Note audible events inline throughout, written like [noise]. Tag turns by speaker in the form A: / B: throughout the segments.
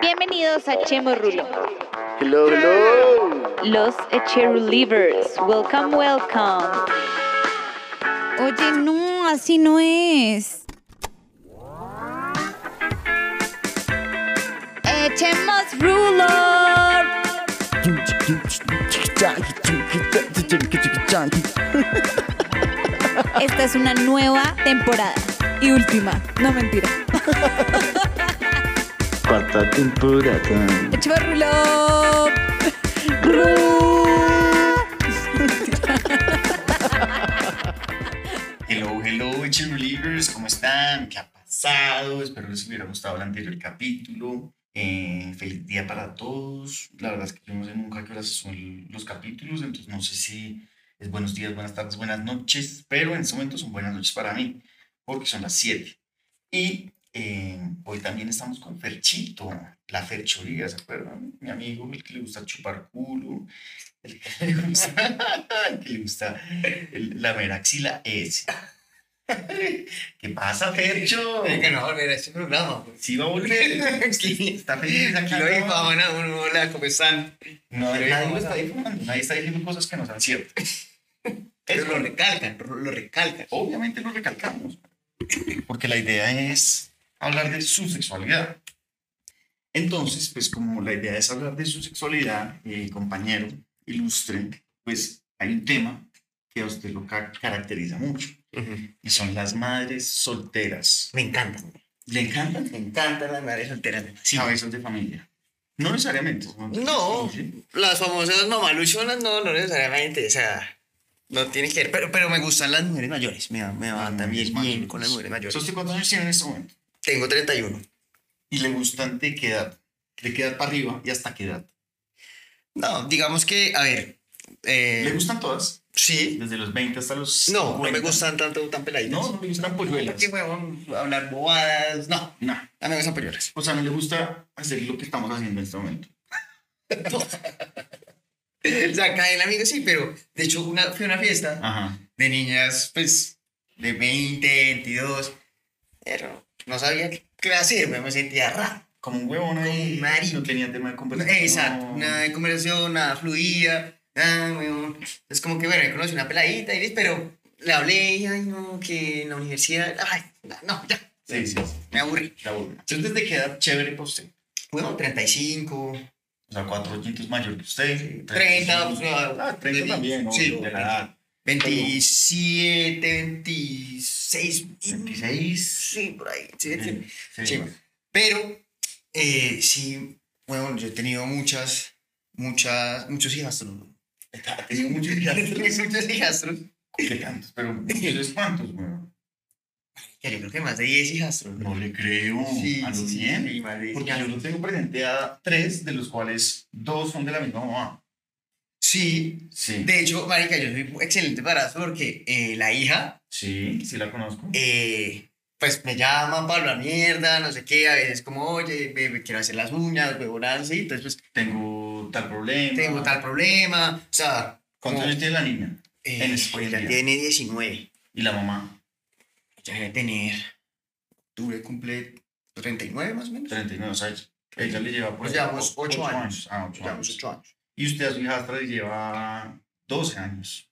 A: Bienvenidos a Chemo y Rulo,
B: Hello, hello.
A: los Echerulivers. Welcome, welcome.
C: Oye, no, así no es. Echemos ruler. Esta es una nueva temporada y última. No mentira.
B: Cuarta temporada.
C: Echemos ruler.
D: Hello, hello, Believers, ¿cómo están? ¿Qué ha pasado? Espero les hubiera gustado el anterior capítulo. Eh, feliz día para todos. La verdad es que yo no sé nunca qué horas son los capítulos, entonces no sé si es buenos días, buenas tardes, buenas noches, pero en este momento son buenas noches para mí, porque son las 7. Y eh, hoy también estamos con Ferchito, la Ferchoría, ¿se acuerdan? Mi amigo, el que le gusta chupar culo, el que le gusta, [laughs] el que le gusta el- la meraxila S. [laughs] ¿Qué pasa, Fercho?
E: Es que no va a volver a ese programa. pues.
D: Sí va a volver. [laughs] Sí, está feliz aquí.
E: Aquí lo
D: ¿no?
E: difaman a uno, la comesan,
D: No,
E: Lo
D: nadie lo
E: difaman.
D: está difamando. Nadie está diciendo cosas que no sean ciertas.
E: Pero
D: Es
E: lo
D: correcto.
E: recalcan, ro- lo recalcan.
D: Obviamente lo recalcamos. Porque la idea es hablar de su sexualidad. Entonces, pues como la idea es hablar de su sexualidad, eh, compañero, ilustre, pues hay un tema que a usted lo ca- caracteriza mucho. Y son las madres solteras.
E: Me encantan,
D: ¿Le encantan?
E: me encantan las madres solteras.
D: Cabezas de familia. No necesariamente.
E: No,
D: Sí.
E: las famosas mamaluchonas no, no necesariamente, o sea, no tiene que ver. Pero, pero me gustan las mujeres mayores, me, va- me va también bien con las mujeres mayores.
D: ¿Usted cuántos años tiene en este momento?
E: Tengo 31.
D: ¿Y le gustan de qué edad? ¿De qué edad para arriba y hasta qué edad?
E: No, digamos que, a ver, eh,
D: ¿Le gustan todas?
E: sí,
D: Desde los 20 hasta los
E: no, no me
D: 50.
E: gustan tanto tan peladitas.
D: No, no le gustan polluelas.
E: Porque, huevón, hablar bobadas, no,
D: No.
E: a mí me gustan polluelas.
D: O sea, no le gusta hacer lo que estamos haciendo en este momento.
E: [laughs] O sea, acá el amigo sí, pero de hecho una, fue una fiesta
D: Ajá.
E: de niñas, pues, de 20, 22, pero no sabía qué hacer, me sentía raro.
D: Como un huevón ahí.
E: Como un marico.
D: No tenía tema de conversación.
E: Exacto, nada de conversación, nada fluía, nada, weón. Es como que, bueno, yo conocí una peladita, y listo, pero le hablé y, ay, no, que en la universidad, ay, no, ya,
D: Sí, sí. sí.
E: me aburrí.
D: La buena. Entonces, ¿de qué edad chévere pues, para usted?
E: Bueno, 35,
D: O sea, cuatro añitos mayor que usted.
E: 30,
D: años.
E: pues, no,
D: Ah, 30 también, ¿no?
E: sí,
D: de la edad.
E: 27, 26,
D: 26.
E: sí, por ahí, sí, sí.
D: Sí, sí.
E: Sí. Pero eh, sí, bueno, yo he tenido muchas, muchas, muchos hijastros. ¿no? [laughs]
D: Ha tenido muchos hijastros.
E: muchos hijastros.
D: ¿Qué tantos? Pero
E: [laughs]
D: muchos cuántos, weón.
E: Ya, yo creo que más de 10 hijastros.
D: No le creo. a los 100.
E: sí, más de 10
D: Porque yo
E: hijastros.
D: lo tengo presente a tres, de los cuales dos son de la misma mamá.
E: Sí,
D: Sí.
E: de hecho, marica, yo soy excelente para eso porque eh, la hija,
D: Sí, sí la conozco.
E: eh, pues me llama para hablar mierda, no sé qué, a veces como, oye, me, me quiero hacer las uñas, huevonadas, sí, entonces pues
D: tengo tal problema.
E: tengo tal problema, o sea,
D: ¿Cuántos
E: como,
D: años tiene la niña?
E: eh,
D: tienes hoy en
E: ya
D: día?
E: tiene 19.
D: Y la mamá,
E: Ya debe tener. Octubre cumple 39 más o menos.
D: 39 años. Ella le lleva por
E: Nos
D: ahí
E: llevamos
D: o-
E: ocho
D: ocho
E: años.
D: Ah, ocho
E: Llevamos
D: años.
E: 8 años.
D: Y usted a su hijastra le lleva 12 años.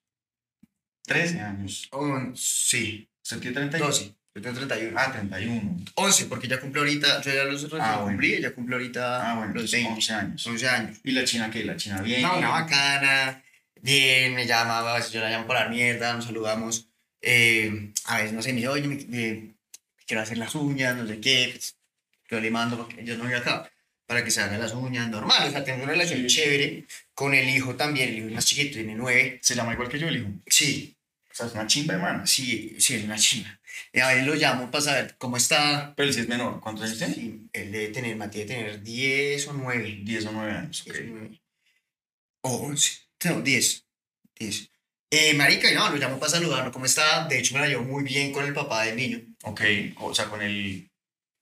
D: 13 años.
E: On- sí,
D: ¿Usted tiene 30?
E: 12. Yo tengo 31.
D: Ah, 31.
E: 11, porque ya cumple ahorita. Yo ya los recién
D: Ah, bueno.
E: cumplí, ella cumple ahorita
D: Ah, bueno,
E: los
D: los
E: 20.
D: 11 años.
E: 11 años.
D: ¿Y la china qué? ¿La china bien?
E: No, una bacana. Bien, me llamaba, a veces yo la llamo para la mierda, nos saludamos. Eh, a veces, no sé, me dice, oye, me, me- quiero hacer las uñas, no sé qué. pues, yo le mando, porque yo no voy acá, para que se hagan las uñas normal. O sea, tengo una relación
D: Sí.
E: chévere con el hijo también, el hijo es más chiquito, tiene nueve.
D: Se llama igual que yo, el hijo.
E: Sí,
D: O sea, es una chimba, hermano.
E: sí, sí, es una china. Y a veces lo llamo para saber cómo está.
D: Pero si es menor, ¿cuántos años tiene?
E: Sí, él debe tener, Mati debe tener 10 o 9.
D: 10 o 9 años, ok.
E: 11. O 11. No, 10. 10. Eh, marica, no, lo llamo para saludarlo. ¿Cómo está? De hecho, me la llevo muy bien con el papá del niño.
D: Ok, o sea, con el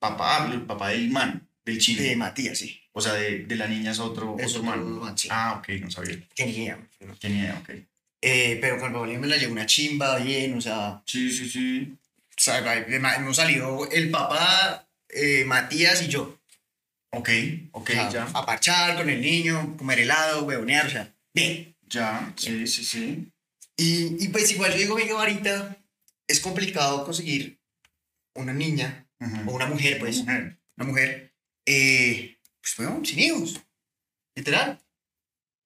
D: papá, el papá del man, del chino.
E: De Matías, sí.
D: O sea, de, de la niña es otro,
E: Es
D: otro
E: otro
D: man.
E: man, sí.
D: Ah, ok, no sabía.
E: Tenía. ¿no?
D: Tenía, ok.
E: Eh, pero con el papá del niño me la llevo una chimba bien, o sea,
D: Sí, sí, sí.
E: o sea, hemos salido el papá, eh, Matías y yo.
D: Ok, ok,
E: O sea,
D: ya.
E: A parchar con el niño, comer helado, huevonear, o sea, bien.
D: Ya, sí, sí, sí.
E: Y, y pues igual yo digo, venga, ahorita es complicado conseguir una niña
D: Ujú.
E: o una mujer, pues,
D: Mujer.
E: una mujer, eh, pues, bueno, sin hijos, literal.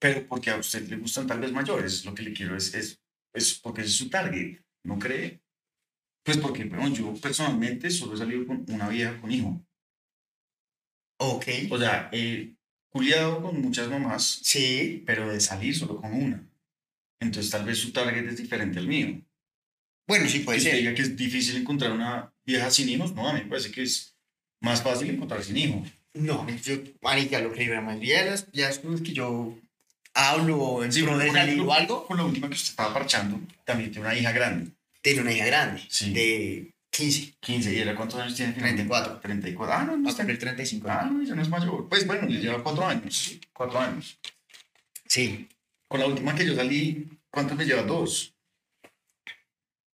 D: Pero porque a usted le gustan tal vez mayores, lo que le quiero es, es, es porque ese es su target, ¿no cree? Pues porque, bueno, yo personalmente solo he salido con una vieja con hijo.
E: Ok.
D: O sea, he culiado con muchas mamás,
E: Sí,
D: pero de salir solo con una. Entonces tal vez su target es diferente al mío.
E: bueno, sí puede
D: que usted
E: ser.
D: diga que es difícil encontrar una vieja sin hijos, no, a mí me parece que es más fácil encontrar sin hijo.
E: No, yo, marica, lo que digo, la mayoría de las, ya es como que yo hablo o en
D: Sí,
E: pro
D: por
E: de salir
D: ejemplo,
E: o algo,
D: Con la última que usted estaba parchando, también tiene una hija grande,
E: tiene una hija grande,
D: Sí.
E: de 15,
D: 15, ¿y era cuántos años tiene?
E: 34.
D: 34. Ah, no, no
E: va a
D: está
E: cumplir 35
D: Ah, no, ya no es mayor. Pues bueno, le lleva cuatro años. Cuatro años.
E: Sí,
D: Con la última que yo salí, ¿cuánto me lleva? Dos.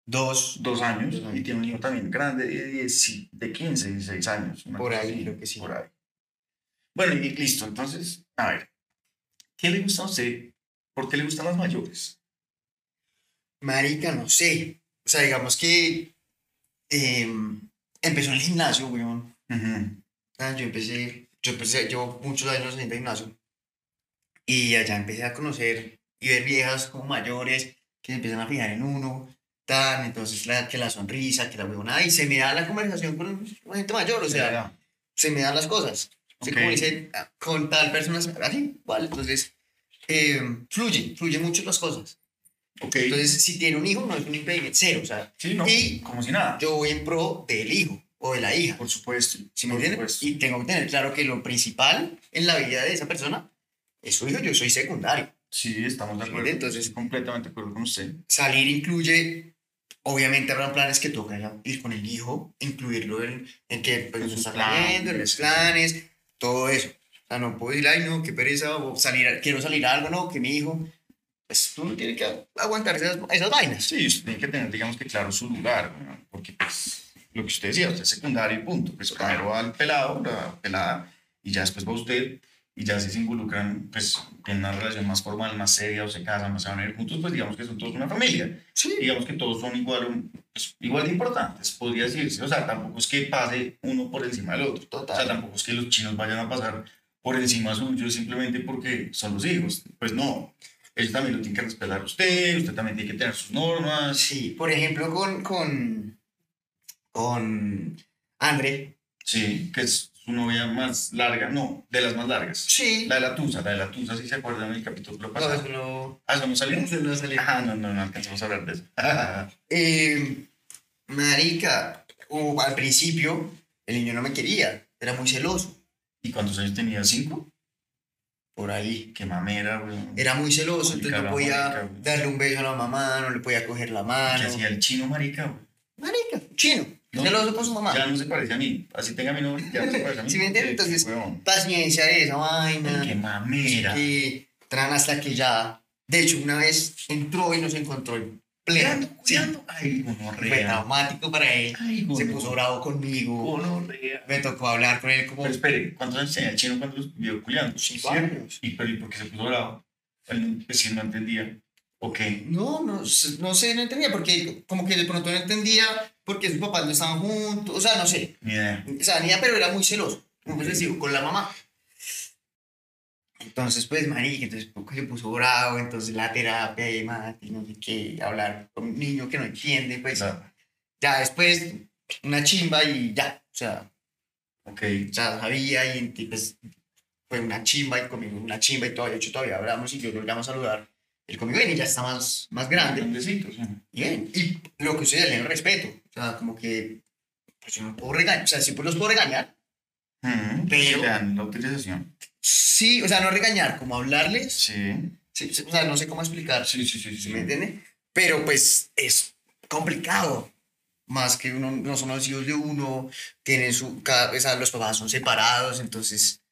E: dos,
D: Dos años. Y tiene un hijo también grande, de, 10 de 15, 16 años. una
E: Por
D: cosa
E: ahí,
D: así,
E: creo que sí.
D: Por ahí. Bueno, y listo. Entonces, a ver. ¿Qué le gusta a usted? ¿Por qué le gustan las mayores?
E: Marica, no sé. O sea, digamos que eh, empezó en el gimnasio, weón. Ah, Yo empecé, yo empecé, llevo muchos años en el gimnasio. Y allá empecé a conocer y ver viejas como mayores que se empiezan a fijar en uno, tan, entonces la, que la sonrisa, que la huevonada, y se me da la conversación con, con gente mayor, o sea, se me dan las cosas. O sea,
D: Ok.
E: como dice, ah, con tal persona, así, igual, entonces, eh, fluye, fluye mucho las cosas.
D: ok.
E: Entonces, si tiene un hijo, no es un impedimento, cero. O sea,
D: sí, no,
E: y-
D: como si nada.
E: yo voy en pro del hijo o de la hija.
D: por supuesto.
E: ¿Sí me
D: por
E: entiendes?
D: supuesto.
E: Y tengo que tener claro que lo principal en la vida de esa persona es su hijo, yo soy secundario.
D: Sí, estamos de
E: Sí,
D: acuerdo.
E: entonces-
D: Estoy completamente de acuerdo con usted.
E: Salir incluye, obviamente habrán planes que toca ya ir con el hijo, incluirlo en, en que pues,
D: En
E: nos
D: sus
E: está
D: planes.
E: viendo, en los planes, todo eso. O sea, no puedo ir, ay, no, qué pereza, o salir, a- quiero salir a algo, no, que mi hijo. Pues uno tiene que aguantar esas, esas vainas.
D: Sí, usted tiene que tener, digamos que claro su lugar, ¿no? porque pues, lo que usted decía, usted es secundario y punto. Pues primero va al pelado, la pelada, y ya después va usted, y ya si se involucran, pues tienen una relación más formal, más seria, o se casan, o se van a ir juntos, pues digamos que son todos una familia.
E: Sí.
D: Digamos que todos son igual, pues, igual de importantes, podría decirse. O sea, tampoco es que pase uno por encima del otro.
E: Total.
D: O sea, tampoco es que los chinos vayan a pasar por encima suyo simplemente porque son los hijos. Pues no. Ellos también lo tienen que respetar a usted, usted también tiene que tener sus normas.
E: Sí, por ejemplo, con, con, con André.
D: Sí, que es su novia más larga, no, de las más largas.
E: Sí.
D: La de la Tusa, la de la Tusa, si se acuerdan del capítulo
E: No,
D: pasado. [laughs]
E: eso no,
D: Ah, ¿eso no salió?
E: eso no salió.
D: Ah, no, no, no alcanzamos a hablar de eso. [laughs]
E: Eh, marica, o al principio el niño no me quería, era muy celoso,
D: ¿Y cuántos años tenía? ¿Cinco?
E: por ahí.
D: Qué mamera, güey.
E: Era muy celoso, entonces
D: Marica,
E: no
D: la marica,
E: podía
D: güey.
E: darle un beso a la mamá, no le podía coger la
D: ¿Qué
E: mano.
D: hacía el chino, marica, güey?
E: Marica, chino,
D: No.
E: celoso con su mamá.
D: Ya no se parece a mí. Así tenga mi novia, ya no se parece a mí.
E: ¿Sí me entiendes?
D: Qué
E: Entonces,
D: huevón.
E: Paciencia de esa vaina.
D: Qué mamera.
E: Y tran hasta que ya, de hecho, una vez entró y nos encontró en pleno.
D: Cuidando, cuidando. Ay,
E: Fue
D: gonorrea.
E: traumático para él.
D: Ay,
E: Se
D: gonorrea.
E: puso bravo conmigo.
D: Gonorrea.
E: Me tocó hablar con él como
D: Pero espere, ¿cuántos años tenía el chino cuando los vio culiando?
E: cinco años.
D: ¿Y pero y por qué se puso bravo? Él no, pues, sí, no entendía. Ok.
E: No, no, sé- no sé, no entendía porque como que de pronto no entendía porque sus papás no estaban juntos, o sea, no sé.
D: Ni idea.
E: O sea, niña, pero era muy celoso, como
D: Ok.
E: les digo, con la mamá. Entonces, pues, marica, entonces como que se puso bravo, entonces la terapia y mati, no sé qué, hablar con un niño que no entiende, pues,
D: Claro.
E: ya después una chimba y ya, o sea,
D: Ok.
E: ya sabía y y, pues fue una chimba y conmigo una chimba y todavía, de hecho, todavía hablamos y yo logramos saludar. Él conmigo bien y ya está más, más grande.
D: Grandecito, sí.
E: Y bien, y lo que usted le el respeto. O sea, como que, pues yo no puedo regañar, o sea, sí pues los puedo regañar.
D: Ujú.
E: Pero-
D: Mm, Le dan la utilización.
E: Sí, o sea, no regañar, como hablarles.
D: Sí.
E: Sí, sí, o sea, no sé cómo explicar,
D: Sí, sí, sí.
E: ¿sí
D: sí.
E: ¿me entiende? Pero pues es complicado. Más que uno, no son los hijos de uno, tienen su, cada, o sea, los papás son separados, entonces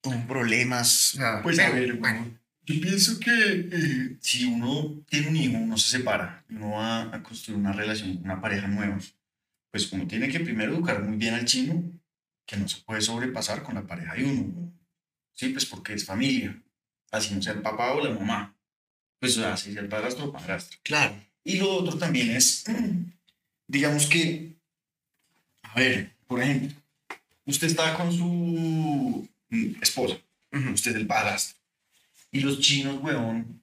E: con problemas. o sea,
D: Pues
E: o sea,
D: a ver, bueno. Yo pienso que eh, si uno tiene un hijo, uno se separa, uno va a construir una relación, una pareja nueva, pues uno tiene que primero educar muy bien al chino que no se puede sobrepasar con la pareja de uno. Sí, pues porque es familia. Así no sea el papá o la mamá. Pues así sea el padrastro o padrastro.
E: Claro.
D: Y lo otro también es, digamos que, a ver, por ejemplo, usted está con su mm, esposa, usted es el padrastro, y los chinos, huevón,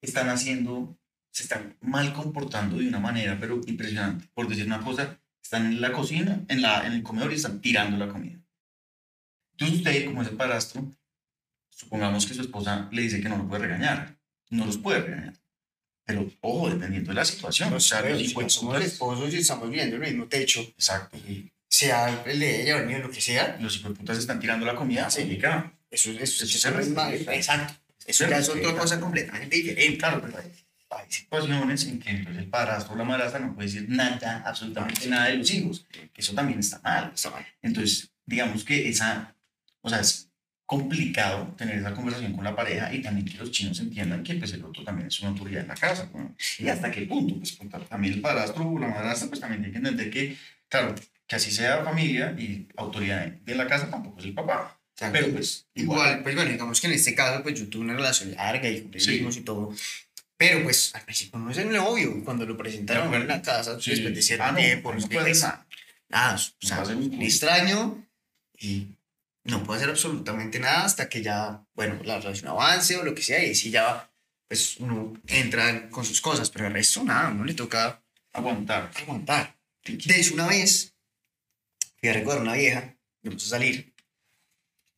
D: están haciendo, se están mal comportando de una manera, pero impresionante. Por decir una cosa, están en la cocina, en, la, en el comedor y están tirando la comida. Entonces usted, como es el padrastro, supongamos que su esposa le dice que no lo puede regañar, no los puede regañar. Pero, ojo, dependiendo de la situación, o sea, los
E: si
D: hijos-
E: pues, somos esposos y estamos viviendo en el mismo techo,
D: Exacto.
E: sea el de ella o el mío, lo que sea,
D: Los hijos putas están tirando la comida, se llega.
E: eso, eso,
D: Eso
E: eso,
D: se
E: no es
D: respeta.
E: mal- Exacto. Eso
D: Se
E: ya es otra
D: respeta.
E: cosa completamente diferente.
D: Claro, pero hay, hay situaciones en que entonces el padrastro o la madrastra no puede decir nada, absolutamente nada de los hijos. Eso también está mal.
E: Está mal.
D: Entonces, digamos que esa, o sea, es complicado tener esa conversación con la pareja y también que los chinos entiendan que pues el otro también es una autoridad en la casa. ¿no? Y hasta qué punto, pues puta, también el padrastro o la madrastra pues también tiene que entender que, claro, que así sea familia y autoridad de la casa tampoco es el papá.
E: Exacto.
D: Pero pues igual.
E: Igual, pues bueno, digamos que en este caso, pues yo tuve una relación larga y cumplimos y todo. Pero pues al principio no es el novio. y Cuando lo
D: De
E: presentaron
D: acuerdo.
E: en la casa,
D: Sí.
E: después de cierto
D: Ah, no,
E: tiempo,
D: no
E: no sé
D: puede
E: qué,
D: ser.
E: nada, o sea,
D: va a ser un
E: me
D: culo.
E: extraño y no puedo hacer absolutamente nada hasta que ya, bueno, la relación avance o lo que sea. Y si ya, pues uno entra con sus cosas, pero el resto nada, no le toca
D: aguantar.
E: aguantar. Entonces, una vez fui a recoger una vieja, vamos a salir.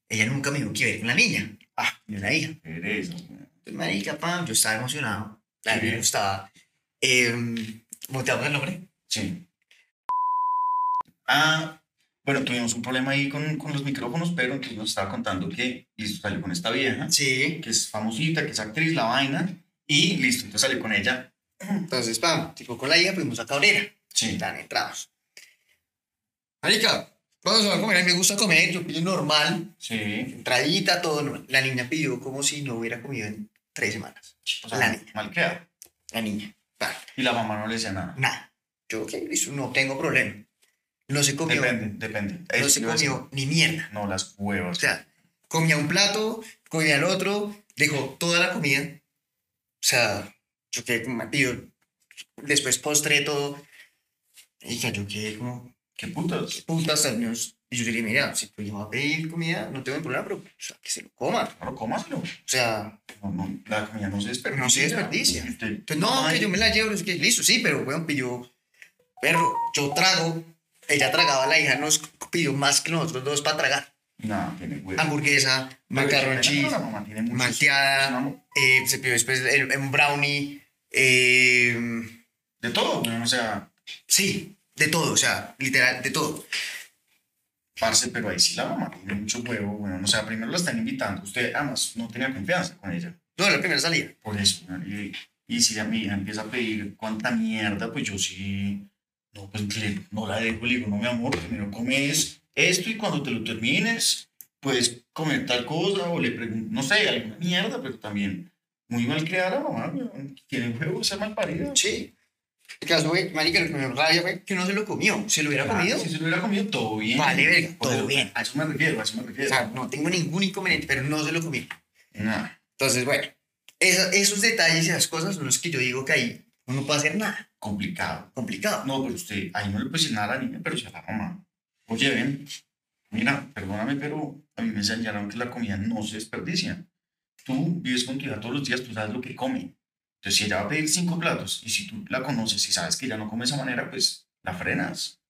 E: Ella nunca me dijo que iba a ir con la niña. Ah, ni una hija.
D: Pereza.
E: Entonces, marica, pam, yo estaba emocionado. La
D: Sí.
E: vieja estaba. Eh, ¿Volteamos el nombre?
D: Sí. Ah, bueno, tuvimos un problema ahí con, con los micrófonos, pero entonces nos estaba contando que listo, salió con esta vieja,
E: Sí.
D: que es famosita, que es actriz, la vaina, y listo, entonces salió con ella.
E: Entonces, pam, tipo con la hija fuimos a Cabrera.
D: Sí.
E: Tan, entramos. Marica, vamos a comer. A mí me gusta comer, yo pido normal.
D: Sí.
E: Entradita, todo normal. La niña pidió como si no hubiera comido en tres semanas.
D: O sea,
E: La niña.
D: mal creada.
E: La niña. Pam.
D: Y la mamá no le decía nada.
E: Nada. Yo, ok, listo, no tengo problema. No se comió,
D: Depende, depende.
E: no
D: Eso
E: se
D: iba a decir.
E: comió ni mierda.
D: No, las
E: O
D: huevas.
E: sea, comía un plato, comía el otro, dejó toda la comida. O sea, yo quedé como tío. Después postré todo. Y yo quedé como,
D: Qué putas.
E: qué putas, al menos. Y yo dije, mira, si tú yo voy a pedir comida, no tengo ningún problema, pero o sea, que se lo coma.
D: Claro, cómaselo.
E: O sea,
D: No, no, la comida no se desperdicia.
E: No se desperdicia.
D: Usted-
E: Pues no,
D: Ay,
E: que yo me la llevo, no sé qué. Listo, sí, pero weón pidió. Perro, yo trago. Ella tragaba, la hija nos pidió más que nosotros dos para tragar.
D: Nah, tiene huevos.
E: Hamburguesa, macarrón cheese,
D: La mamá tiene muchos-
E: malteada,
D: No,
E: eh, se pidió después el- un brownie. eh,
D: De todo, weón, o sea,
E: sí, de todo, o sea, literal, de todo.
D: parce, pero ahí sí la mamá tiene mucho huevo, bueno, o sea, primero la están invitando, usted además no tenía confianza con ella,
E: No, la primera salida.
D: por eso, weón, y, y si a mi hija empieza a pedir cuánta mierda, pues yo sí, no, pues le- no la dejo, le digo, no, mi amor, primero comes esto y cuando te lo termines, puedes comer tal cosa o le pregunto, no sé, alguna mierda, pero también muy mal creada la mamá, weón, tiene huevo, sea mal parida.
E: Sí. El caso, güey, marica, lo que me dio rabia fue que no se lo comió. ¿Se lo hubiera
D: Ah,
E: comido?
D: Si se lo hubiera comido, todo bien.
E: Vale, verga,
D: Por
E: todo
D: eso-
E: bien.
D: A eso me refiero, a eso me refiero.
E: O sea, no tengo ningún inconveniente, pero no se lo comió.
D: Nah.
E: Entonces, bueno, eso- esos detalles y esas cosas son los que yo digo que ahí uno no puede hacer nada.
D: complicado.
E: Complicado.
D: No, pero usted, ahí no le puede decir nada a la niña, pero sí a la mamá. Oye, ven, mira, perdóname, pero a mí me enseñaron que la comida no se desperdicia. Tú vives con tu hija todos los días, tú sabes lo que come. Entonces, si ella va a pedir cinco platos y si tú la conoces y sabes que ella no come de esa manera, pues la frenas.
E: Pues,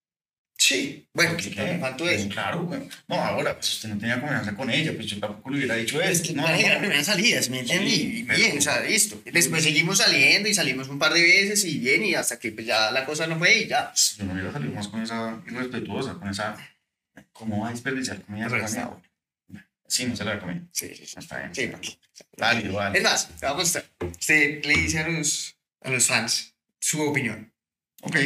E: Sí. Bueno,
D: Porque, Pues,
E: yo también faltó eso.
D: Claro, bueno. No, ahora, pues usted no tenía confianza con ella, pues yo tampoco le hubiera dicho
E: Es
D: esto.
E: que
D: No,
E: no, las
D: no,
E: primeras salidas, ¿me entiendes?
D: Sí,
E: Y- y
D: pero-
E: bien, o sea, listo. Después seguimos saliendo y salimos un par de veces y bien, y hasta que pues, ya la cosa no fue y ya.
D: pues, yo no hubiera salido más con esa irrespetuosa, con esa. ¿Cómo va a desperdiciar comida?
E: Pero
D: de esa
E: está
D: manera? Sí, no se la había comido.
E: Sí, sí, sí.
D: Está bien.
E: Sí, porque-
D: Válido, válido.
E: Es más, te voy a mostrar. Usted le dice a los, a los fans su opinión.
D: Ok.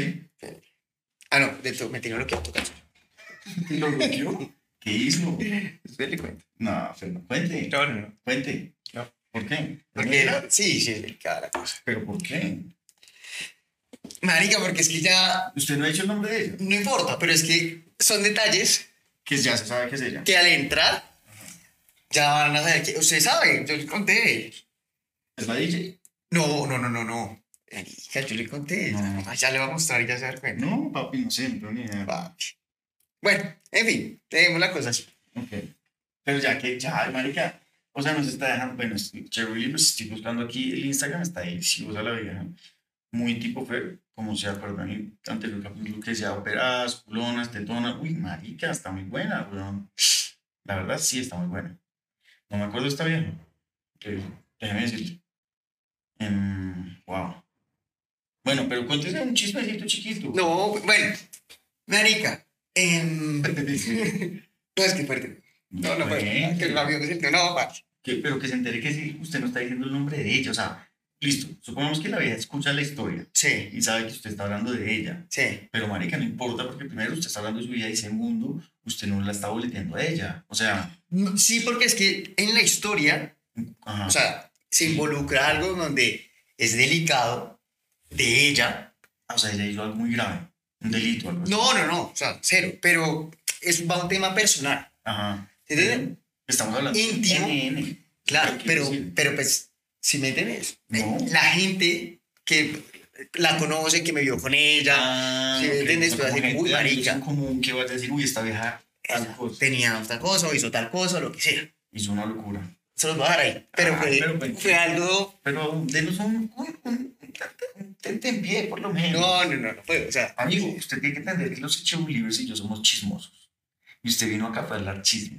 E: Ah, no, de todo, me tiró lo que toca.
D: ¿Lo bloqueó? ¿Qué hizo?
E: Usted le cuenta.
D: No, Fernando, cuente,
E: No, no, no.
D: cuente.
E: No.
D: ¿Por qué?
E: Porque, sí, sí, es delicada la cosa.
D: ¿Pero por qué?
E: Marica, porque es que ya
D: ¿Usted no ha dicho el nombre de ella?
E: No importa, pero es que son detalles
D: que ya se sabe que es ella.
E: que al entrar ya van a saber que usted sabe, yo le conté.
D: ¿Es la DJ?
E: No, no, no, no, no. Marica, yo le conté.
D: No.
E: Ay, ya le va a mostrar, ya se va a dar cuenta.
D: No, papi, no sé, no tengo ni idea.
E: Papi. Bueno, en fin, tenemos la cosa así.
D: Ok. Pero ya que, ya, marica, o sea, nos está dejando, bueno, Cherry pues estoy buscando aquí, el Instagram está deliciosa la vieja, muy tipo Fer, como se acuerdan en el anterior capítulo que decía operadas, culonas, tetonas, uy, marica, está muy buena, weón. La verdad, sí, está muy buena. No me acuerdo está bien, pero déjeme decirle. Em, wow. Bueno, pero cuéntese un chismecito chiquito. [laughs]
E: No, bueno, marica. em, no, es que fuerte. No, no,
D: Bueno.
E: fuerte. Que el amigo que siento, no, papi.
D: que- pero que se entere que sí, usted no está diciendo el nombre de ella. O sea, listo, supongamos que la vieja escucha la historia
E: Sí,
D: y sabe que usted está hablando de ella.
E: sí.
D: Pero, marica, no importa porque primero usted está hablando de su vida y segundo, usted no la está boleteando a ella. O sea,
E: No, Sí, porque es que en la historia
D: ajá.
E: O sea, se involucra algo donde es delicado de ella.
D: Ah, o sea, ella hizo algo muy grave, un delito, algo así.
E: No, no, no, o sea, cero, pero es, va un tema personal.
D: Ajá.
E: ¿Entiendes?
D: Estamos hablando
E: Íntimo.
D: de NN.
E: Claro,
D: ¿Qué quiere
E: pero,
D: decir?
E: pero pues, si me entiendes,
D: No.
E: la gente que la conoce, que me vio con ella,
D: Ah,
E: si me
D: ok,
E: entiendes,
D: o sea,
E: pero
D: como
E: así,
D: gente
E: uy,
D: de amigos
E: marica.
D: en común que va a decir, uy, esta vieja tal
E: ella
D: cosa.
E: tenía otra cosa o hizo tal cosa, lo que sea.
D: hizo una locura.
E: Se los voy a dar ahí. Pero,
D: Ah,
E: fue,
D: pero, pues,
E: fue algo.
D: Pero denos un, un, un, un tente en pie, por lo menos.
E: No, no, no, no fue, o sea, [laughs]
D: Amigo, usted tiene que entender que los Chebulivers y yo somos chismosos. Y usted vino acá para hablar chisme.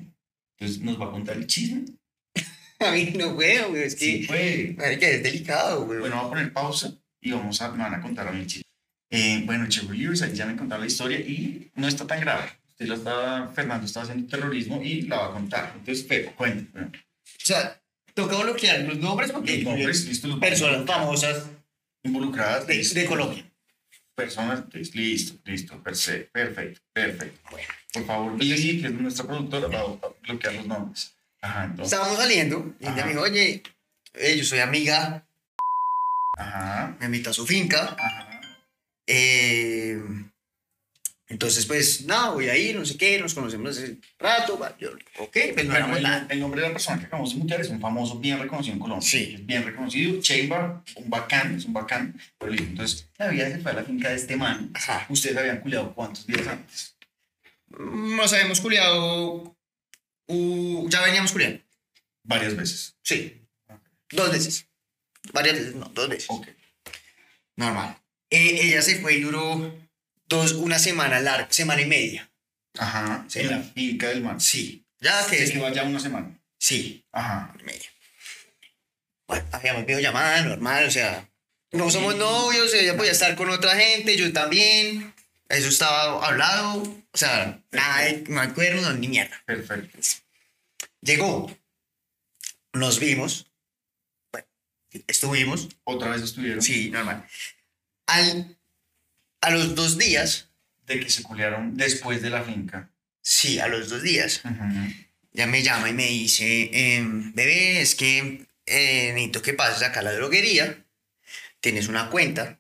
D: Entonces, ¿nos va a contar el chisme?
E: a mí no fue, güey, es que,
D: fue.
E: marica, es delicado,
D: pues.
E: güey.
D: Bueno, vamos a poner pausa y vamos a, me van a contar a mí el chisme. Eh, bueno, Chebulivers, ahí ya me contaron la historia y no está tan grave. Usted la está, Fernando está haciendo terrorismo y la va a contar. Entonces, pero, cuente. bueno.
E: O sea, toca bloquear los nombres porque
D: Los nombres, listo, los vamos a
E: personas
D: colocar.
E: famosas
D: Involucradas
E: de,
D: listo.
E: de Colombia.
D: personas, pues, listo, listo, perse- perfecto, perfecto. Por favor, Lili, que es nuestra productora, va a bloquear los nombres. Ajá, entonces.
E: Estábamos saliendo y ella
D: Ajá.
E: me dijo, oye, eh, yo soy amiga,
D: Ajá,
E: me invitó a su finca.
D: ajá.
E: eh, entonces, pues, nada, voy a ir, no sé qué, nos conocemos hace rato. va, yo, ok, pues no
D: Bueno,
E: éramos
D: el,
E: nada.
D: el nombre de la persona que acabamos de mutear es un famoso bien reconocido en Colombia.
E: Sí.
D: Es bien reconocido. Chamber, un bacán, es un bacán. Pero listo, entonces, la vida se fue a la finca de este man.
E: Ajá.
D: Ustedes habían culiado cuántos días antes.
E: Nos habíamos culiado. u- ya veníamos culiando.
D: Varias veces.
E: Sí. Dos veces. Varias veces, no, dos veces.
D: Ok.
E: Normal. Eh, ella se fue y duró dos, una semana larga, semana y media.
D: Ajá.
E: Sí.
D: En la finca del man.
E: Sí. Ya que
D: Es que vaya una semana.
E: Sí,
D: Ajá.
E: semana y media. Bueno, habíamos Pues, videollamada, normal, o sea. No somos
D: Sí.
E: novios, ella podía estar con otra gente, yo también. Eso estaba hablado, o sea, nada, de- no hay cuernos ni mierda.
D: Perfecto.
E: Llegó, nos vimos, bueno, estuvimos,
D: Otra vez estuvieron.
E: sí, normal. Al, a los dos días,
D: De que se culiaron después de la finca.
E: sí, a los dos días,
D: Ujú.
E: Ya me llama y me dice, em, bebé, es que eh, necesito que pases acá a la droguería. Tienes una cuenta.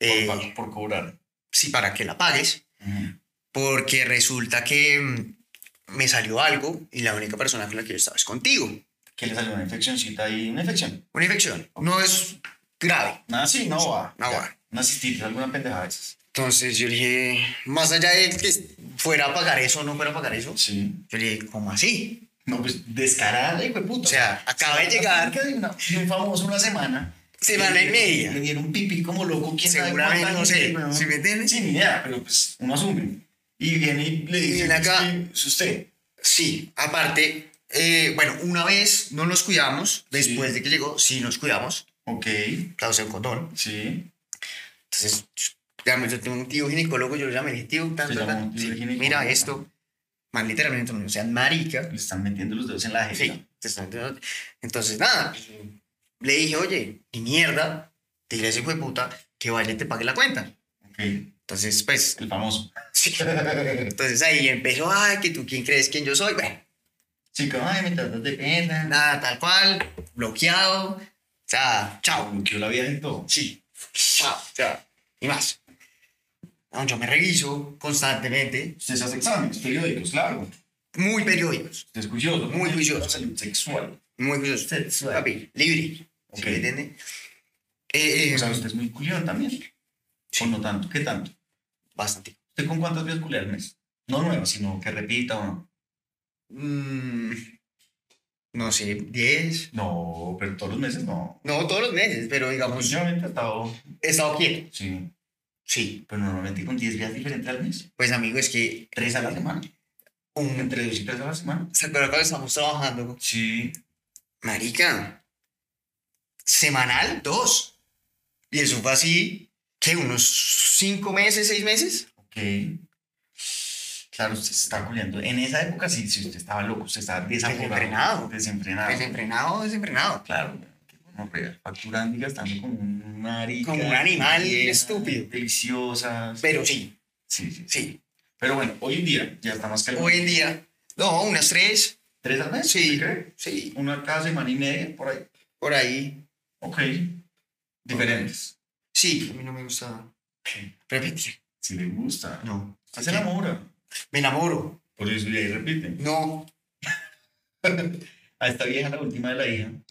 E: eh,
D: Por, pa- por cobrar.
E: sí, para que la pagues.
D: Ujú.
E: Porque resulta que mm, me salió algo y la única persona con la que yo estaba es contigo.
D: Que le salió una infeccióncita y una infección.
E: Una infección. No es grave.
D: Nada así, no va.
E: No
D: Ya,
E: va.
D: Una cistitis, alguna pendejada de esas.
E: Entonces yo le dije, más allá de que fuera a pagar eso o no fuera a pagar eso,
D: Sí.
E: yo le dije, ¿cómo así?
D: No, pues descarada, hijo de puta.
E: O sea, acaba de llegar
D: De, una- de un famoso una semana.
E: semana y
D: Le-
E: media.
D: Le dieron pipí como loco. ¿quién sabe
E: Seguramente,
D: cuánta
E: no
D: gente,
E: sé,
D: weón?
E: ¿sí me entiendes?
D: Sin idea, pero pues uno asume. Y viene y le dice:
E: viene acá.
D: Es usted.
E: Sí, aparte, eh, bueno, una vez no nos cuidamos, después
D: Sí.
E: de que llegó, sí nos cuidamos,
D: Ok,
E: claro, usé un condón.
D: sí.
E: Entonces, ya me- yo tengo un tío ginecólogo, yo lo llamé dije, tío, tan,
D: Se
E: tan,
D: llama
E: tan,
D: un tío
E: sí,
D: ginecólogo.
E: mira esto, man, literalmente, no sean marica.
D: Le están metiendo los dedos Pues en la jeta.
E: Sí, te están- entonces, nada, le dije, oye, ni mierda, dile a ese hijo de puta que vaya y te pague la cuenta.
D: Ok,
E: Entonces, pues, [laughs]
D: el famoso.
E: sí. entonces ahí empezó, ay, que tú quién crees quién yo soy, bueno,
D: Sí, como, ay, me tratas de pena.
E: nada, tal cual, bloqueado, o sea, chao.
D: Bloqueó la vida en todo.
E: Sí. Chao. Chao. Y más. No, yo me reviso constantemente,
D: Usted se hace exámenes periódicos, claro.
E: muy periódicos,
D: Usted es curioso.
E: Muy curioso.
D: La salud sexual.
E: muy curioso. Papi, libre.
D: Ok.
E: ¿Sí me entiende? Eh, eh,
D: O sea, usted es muy culión también.
E: Sí.
D: O no tanto. ¿Qué tanto?
E: bastante.
D: ¿Usted con cuántas veces culea al mes? No nuevo, sino que repita o no.
E: Mm, no sé, 10.
D: No, pero todos los meses no.
E: No, todos los meses, pero digamos,
D: Últimamente ha estado.
E: he estado quieto.
D: Sí.
E: Sí,
D: Pero normalmente con 10 días diferentes al mes.
E: pues amigo, es que
D: Tres a la semana.
E: un...
D: Entre dos y tres a la semana.
E: ¿Se acuerda cuando estamos trabajando?
D: Sí.
E: Marica, semanal, dos. Y eso fue así, que unos cinco meses, seis meses.
D: Ok. Claro, usted se está culiando. En esa época sí, si usted estaba loco, usted estaba desaforado,
E: Desenfrenado.
D: Desenfrenado.
E: Desenfrenado, desenfrenado.
D: Claro, como facturando y gastando como un marica.
E: Como un animal
D: llena,
E: estúpido.
D: Deliciosas.
E: Pero sí,
D: Sí, sí, sí.
E: sí.
D: Pero bueno, hoy en día ya está más calmado.
E: Hoy en día, no, unas tres.
D: ¿Tres al mes?
E: Sí,
D: ¿usted cree?
E: sí,
D: Una cada semana y media, por ahí.
E: por ahí.
D: Ok. Diferentes.
E: Sí, a mí no me [clears throat] gusta repetir.
D: Si le gusta.
E: No.
D: Se enamora.
E: Me enamoro.
D: Por eso ya ahí repiten.
E: No.
D: A esta vieja, la última de la hija.
E: En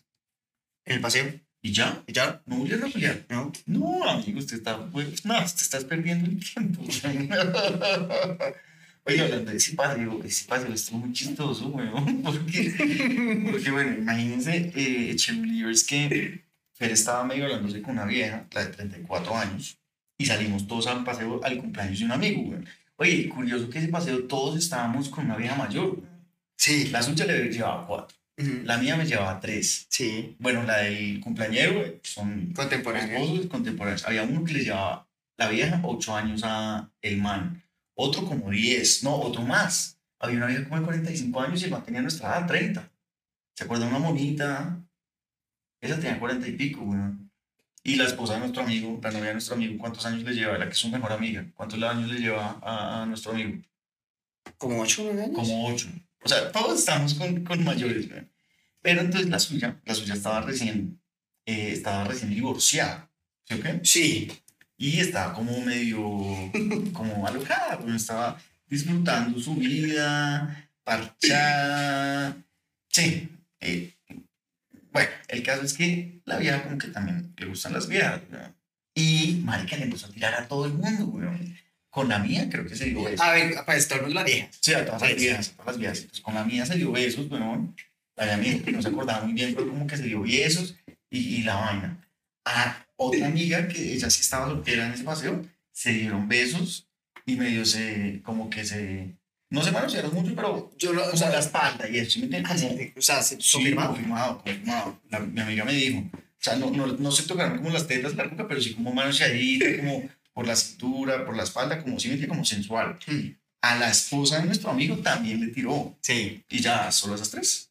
E: el paseo.
D: ¿Y ya?
E: ¿Y ya?
D: No volvieron a pelear.
E: No.
D: No, amigo, usted está, pues, no, te estás perdiendo el tiempo. [laughs] Oye, hablando de ese paseo, ese paseo estuvo muy chistoso, weón, [laughs] porque, porque bueno, imagínense, eh, Cheerleaders que Fer estaba medio hablándose con una vieja, la de 34 años, y salimos todos al paseo, al cumpleaños de un amigo, weón. Oye, curioso que ese paseo todos estábamos con una vieja mayor, weón.
E: Sí.
D: La suya le llevaba cuatro,
E: Ujú.
D: la mía me llevaba tres.
E: Sí.
D: Bueno, la del cumpleañero, weón, son
E: Contemporáneo.
D: esposos contemporáneos. Había uno que le llevaba la vieja ocho años a el man, otro como 10, no, otro más. Había una vieja como de 45 años y el man tenía nuestra edad, 30. ¿Se acuerda? Una monita. Esa tenía 40 y pico, weón. Y la esposa de nuestro amigo, la novia de nuestro amigo, ¿cuántos años le lleva? La que es su mejor amiga. ¿Cuántos años le lleva a, a nuestro amigo?
E: Como ocho, nueve años.
D: Como ocho. O sea, todos estamos con, con mayores, weón. Pero entonces la suya, la suya estaba recién, eh, estaba recién divorciada. ¿Sí o qué?
E: Sí.
D: y estaba como medio como alojada, bueno, estaba disfrutando su vida, parchada. Sí, eh, bueno, el caso es que la vieja como que también le gustan las viejas, ¿no? Y marica le empezó a tirar a todo el mundo, weón. Con la mía creo que se dio eso.
E: A ver, pues todo el mundo la vieja.
D: Sí, a todas
E: Sí,
D: las
E: sí.
D: viejas, a todas las viejas. Entonces, con la mía se dio besos, weón. La de amiga, que no se acordaba muy bien, pero como que se dio besos y, y la vaina. A otra amiga que ella sí estaba soltera en ese paseo, se dieron besos y medio se, como que se, no se manosearon mucho, pero
E: Yo lo,
D: o sea, la espalda y eso, ¿sí me entiendes?
E: Ah, sí,
D: Como-
E: sí. O sea, se
D: Sí,
E: confirmado.
D: confirmado, confirmado. La- mi amiga me dijo, o sea, no, no, no se tocaron como las tetas, la nuca, pero sí como manoseadita, como por la cintura, por la espalda, como sí, como sensual.
E: Mm.
D: A la esposa de nuestro amigo también le tiró.
E: Sí.
D: Y ya, solo esas tres.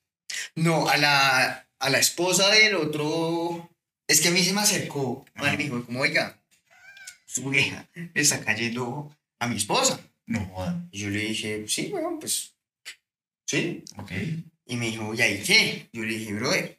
E: No, a la, a la esposa del otro. Es que a mí se me acercó. Madre me dijo, como oiga, su vieja le está cayendo a mi esposa.
D: No jodan.
E: Y yo le dije, sí, bueno, pues. Sí.
D: Ok.
E: Y me dijo, ¿y ahí qué? Yo le dije, brother.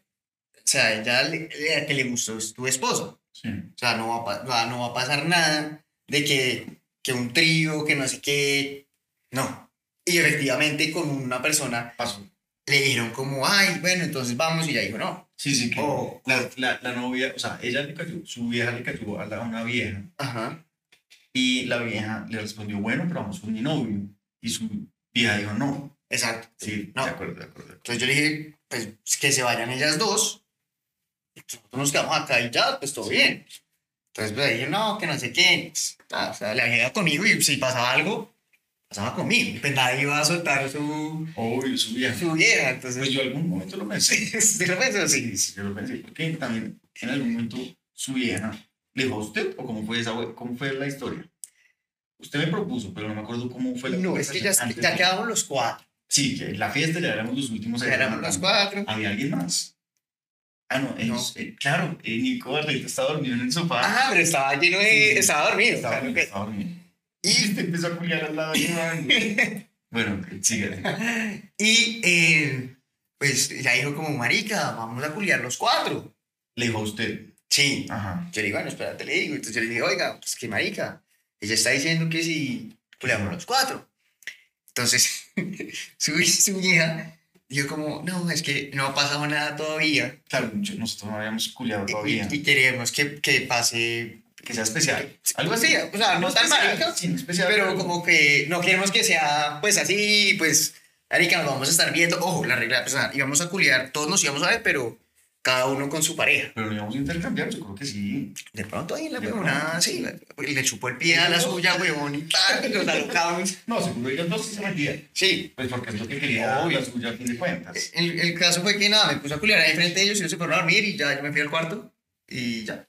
E: O sea, ella le, le- que le gustó es tu esposa.
D: Sí.
E: O sea, no va, a pa- no va- no va a pasar nada de que, que un trío, que no sé qué. No. Y efectivamente con una persona
D: Pasó.
E: le dijeron como, ay, bueno, entonces vamos. Y ella dijo, no.
D: Sí, sí, que
E: Oh.
D: la, la, la novia, o sea, ella le cayó, su vieja le cayó a, la, a una vieja.
E: Ajá.
D: Y la vieja le respondió, bueno, pero vamos con mi novio. Y su vieja dijo, no.
E: Exacto.
D: Sí,
E: No.
D: de acuerdo, de acuerdo. de acuerdo.
E: Entonces yo le dije, pues que se vayan ellas dos. Y pues, Nosotros nos quedamos acá y ya, pues todo bien. Entonces pues dije, no, que no sé qué. Pues, nada, o sea, la vieja conmigo y si pasaba algo, pasaba conmigo. Pues nadie iba a soltar su,
D: Obvio, su vieja.
E: su vieja.
D: Pues
E: Entonces
D: yo algún momento lo pensé.
E: [laughs] de repente, sí.
D: Sí, sí, yo lo pensé, porque también en algún momento su vieja le dijo a usted, o cómo fue, esa, cómo fue la historia. Usted me propuso, pero no me acuerdo cómo fue la
E: No, es que ya,
D: conversación antes
E: ya
D: de-
E: quedamos los cuatro.
D: Sí, que en la fiesta ya éramos los últimos.
E: Ya
D: ahí
E: éramos los
D: matando.
E: cuatro.
D: ¿Había alguien más? Ah, no, ellos- eh, claro, eh, Nico Barreto estaba dormido en el sofá.
E: Ah, pero estaba lleno de.
D: Sí, sí.
E: Estaba dormido.
D: estaba
E: claro
D: dormido,
E: que-
D: estaba dormido. Y te empezó a culiar al lado de Iván.
E: [laughs]
D: Bueno, sigue.
E: Y eh, pues ya dijo como, marica, vamos a culiar los cuatro.
D: Le dijo a usted.
E: Sí.
D: Ajá.
E: Yo le digo, bueno, espérate, le digo. Entonces yo le dije, oiga, pues que marica, Ella está diciendo que si culeamos los cuatro. Entonces, [laughs] su, su hija dijo como, no, es que no ha pasado nada todavía.
D: Claro, yo- nosotros no habíamos culiado
E: Y-
D: todavía.
E: Y, y queremos que, que pase
D: que sea especial.
E: algo así, o sea, no tan
D: especial,
E: marica,
D: sí, no especial,
E: pero como que no queremos que sea pues así, pues, marica, nos vamos a estar viendo, ojo, la regla, pues, ah, íbamos a culiar, todos nos íbamos a ver, pero cada uno con su pareja.
D: Pero lo íbamos a intercambiar, yo creo que sí.
E: De pronto ahí la
D: De
E: huevona,
D: pronto.
E: sí, la- le chupó el pie a la suya, huevón, y tal, y nos alocamos.
D: No, seguro ellos dos sí se metían.
E: Sí,
D: Pues porque es lo que quería
E: Obvio.
D: la suya, a fin de cuentas.
E: Eh, el, el caso fue que nada, me puse a culiar ahí frente a ellos, ellos se fueron a dormir y ya yo me fui al cuarto y ya.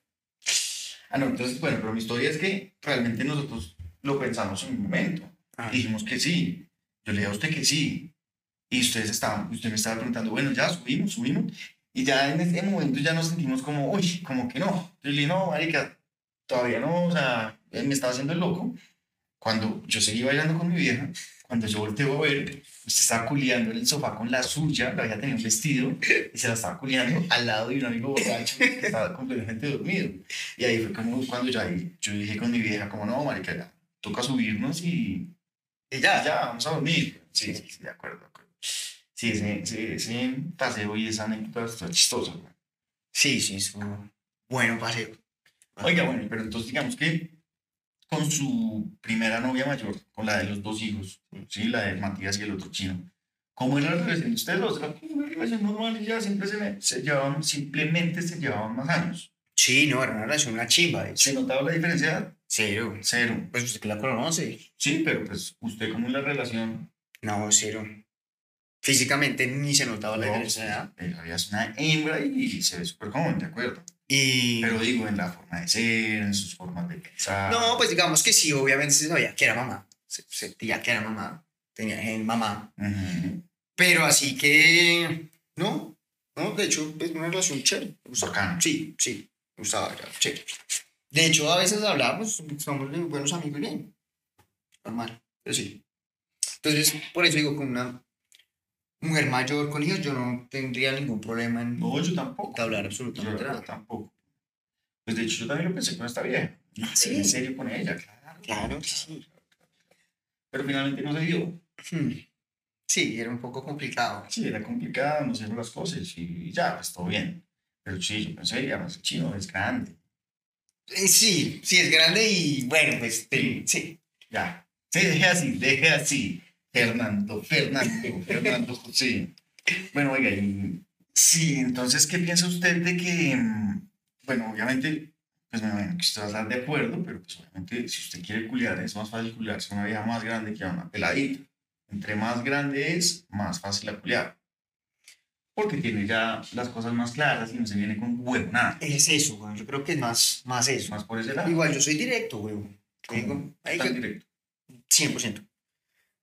D: Ah, no, entonces, bueno, pero mi historia es que realmente nosotros lo pensamos en un momento.
E: Ajá.
D: Dijimos que sí. Yo le dije a usted que sí. Y ustedes estaban, usted me estaba preguntando, bueno, ya subimos, subimos. Y ya en ese momento ya nos sentimos como, uy, como que no. Yo le dije, no, marica, todavía no, o sea, él me estaba haciendo el loco. Cuando yo seguí bailando con mi vieja, cuando yo volteo a ver, usted estaba culiando en el sofá con la suya, la había tenido un vestido y se la estaba culiando al lado de un amigo borracho que estaba completamente dormido. Y ahí fue como cuando ya ahí yo dije con mi vieja, como no, marica, ya, toca subirnos y
E: Y
D: ya,
E: ya,
D: Ah, ya, vamos a dormir. Sí, sí, sí, de acuerdo, de acuerdo. Sí, ese, ese, ese paseo y esa anécdota está chistosa. güey.
E: Sí, sí, es un bueno paseo.
D: Oiga, bueno, pero entonces digamos que con su primera novia mayor, con la de los dos hijos, sí, la de Matías y el otro chino, ¿cómo era la relación de ustedes dos? Era como una relación normal y ya siempre se, se llevaban, simplemente se llevaban más años.
E: Sí, no, era una relación, una chimba, de hecho.
D: ¿Se notaba la diferencia?
E: Cero.
D: Cero.
E: Pues usted que la conoce.
D: Sí, pero pues usted como la relación
E: No, cero. Físicamente ni se notaba la
D: No,
E: diferencia de edad.
D: pues, ella es una hembra y se ve súper joven, de acuerdo.
E: Y...
D: Pero ah. digo, en la forma de ser, en sus formas de pensar.
E: No, pues digamos que sí, obviamente se sabía que era mamá. Se sentía que era mamá. Tenía gen mamá.
D: Ujú.
E: Pero así que... No, no, de hecho es una relación chévere. Me gustaba.
D: Bacana.
E: Sí, sí, me gustaba, era chévere. De hecho, a veces hablamos, somos de buenos amigos, bien. Normal, pero sí. Entonces, por eso digo, con una mujer mayor con hijos, yo no tendría ningún problema en
D: No, yo tampoco.
E: hablar
D: Yo
E: absolutamente
D: la verdad,
E: nada.
D: tampoco. Pues de hecho, yo también lo pensé con esta vieja.
E: Ah, ¿sí?
D: En serio con ella, claro.
E: Claro, sí.
D: Pero finalmente no se dio.
E: Hmm. Sí, era un poco complicado.
D: Sí, era complicada, no hicieron las cosas y ya, pues todo bien. Pero sí, yo pensé, ya, más el chino es grande.
E: Eh, Sí, sí, es grande y bueno, pues te- sí.
D: Ya. Sí, deje así, deje así. Fernando, Fernando, Fernando José. Bueno, oiga, y, sí, entonces, ¿qué piensa usted de que, mm, bueno, obviamente, pues me imagino que usted va a estar de acuerdo, pero pues obviamente si usted quiere culiar, es más fácil culiarse a una vieja más grande que a una peladita. Entre más grande es, más fácil la culiar. Porque tiene ya las cosas más claras y no se viene con huevo, nada.
E: Es eso, güey. Yo creo que es más, más eso.
D: Más por ese lado.
E: Igual yo soy directo, güey. Yo
D: ¿Cómo?
E: digo, "Ay,
D: Tan
E: yo-
D: directo.
E: 100%.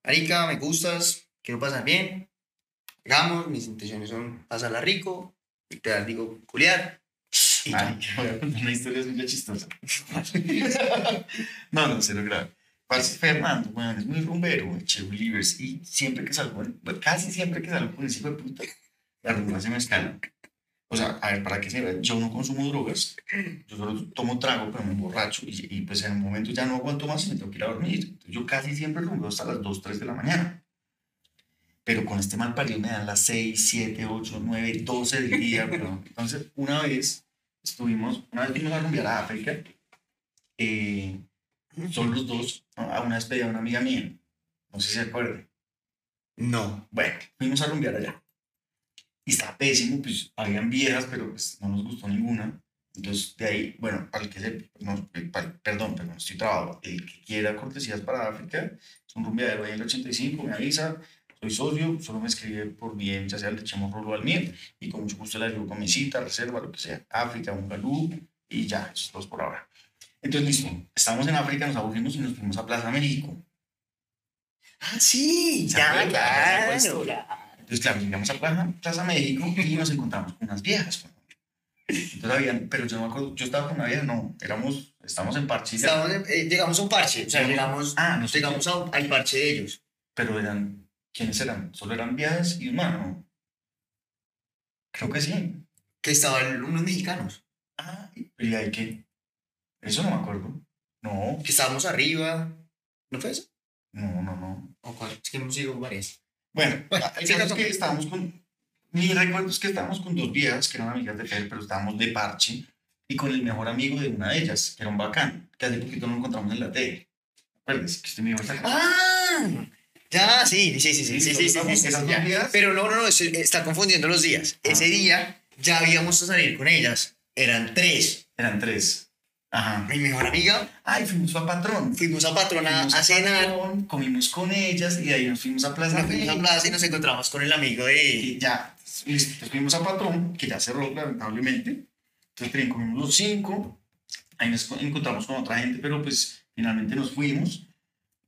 E: Arica, me gustas, quiero pasar bien. Llegamos, mis intenciones son pasarla rico, literal digo, culiar. Y
D: Ay,
E: ya.
D: voy a contar una historia muy chistosa. no, no, cero grave. Parce Fernando, weón, es muy rumbero, Che Believers, y siempre que salgo, bueno, casi siempre que salgo con ese hijo de puta, la rumba se me escala. O sea, a ver, para que se vea, yo no consumo drogas, yo solo tomo trago, pero me emborracho, y, y pues en un momento ya no aguanto más y me tengo que ir a dormir. Entonces, yo casi siempre rumbo hasta las 2, 3 de la mañana. Pero con este mal parido me dan las 6, 7, 8, 9, 12 del día, weón. Entonces, una vez estuvimos, una vez fuimos a rumbear a África, eh, son los dos a una despedida de una amiga mía, no sé si se acuerdan.
E: No.
D: Bueno, fuimos a rumbear allá. Y está pésimo, pues habían viejas, pero pues no nos gustó ninguna. Entonces, de ahí, bueno, para el que se, no, para- perdón, perdón, estoy trabado. El que quiera cortesías para África, es un rumbeadero ahí en el 85, me avisa, soy socio, solo me escribe por bien, ya sea el de Chemo Rolo al mío, y con mucho gusto le ayudo con mi cita, reserva, lo que sea, África, un galú, y ya, esos dos por ahora. Entonces, listo, estábamos en África, nos aburrimos y nos fuimos a Plaza México.
E: Ah, sí,
D: ¿Se acuerdan? ¿Se acuerdan? Entonces, claro, llegamos a Plaza, Plaza México y nos encontramos con unas viejas. güey. Entonces, habían, pero yo no me acuerdo, yo estaba con una vieja, no, éramos, estábamos en parche, ya.
E: Estábamos en- eh, llegamos a un parche, o sea, llegamos,
D: ah, no sé,
E: llegamos a un- al parche de ellos.
D: pero eran, ¿quiénes eran? Solo eran viejas y un man, ¿no? Creo que sí.
E: Que estaban unos mexicanos.
D: Ah, y ahí qué. Eso no me acuerdo. No,
E: Que estábamos arriba. ¿No fue eso?
D: no, no, no.
E: ¿O cuál? Es que hemos ido varias.
D: Bueno,
E: Bueno,
D: el
E: sí,
D: caso es
E: no.
D: que estábamos con. Mi recuerdo es que estábamos con dos viejas que eran amigas de Fer, pero estábamos de parche y con el mejor amigo de una de ellas, que era un bacán, que hace poquito nos encontramos en la tele. Acuérdese que usted me iba a sacar.
E: ¡Ah! Ya, sí, sí, sí, sí, sí, sí, sí, sí, sí, sí,
D: Esas
E: ya.
D: días. Ah.
E: Pero no, no, no, es- está confundiendo los días. Ese día ya habíamos a salir con ellas. Eran tres.
D: Eran tres. Ajá.
E: Mi mejor amiga,
D: Ay, fuimos a Patrón.
E: fuimos a Patrona
D: Fuimos
E: a cenar,
D: Patrón, comimos con ellas y de ahí nos fuimos a Plaza.
E: nos fuimos a
D: Fe.
E: plaza y nos encontramos con el amigo de...
D: Y ya, listo, nos fuimos a Patrón, que ya cerró lamentablemente. Entonces, tren, comimos los cinco. Ahí nos co- encontramos con otra gente, pero pues finalmente nos fuimos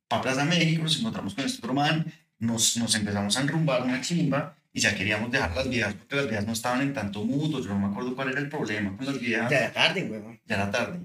D: para Plaza México, nos encontramos con este otro man, nos, nos empezamos a enrumbar una chimba y ya queríamos dejar las viejas porque las viejas no estaban en tanto mudo. Yo no me acuerdo cuál era el problema con las viejas.
E: Ya era tarde, huevón.
D: Ya era tarde.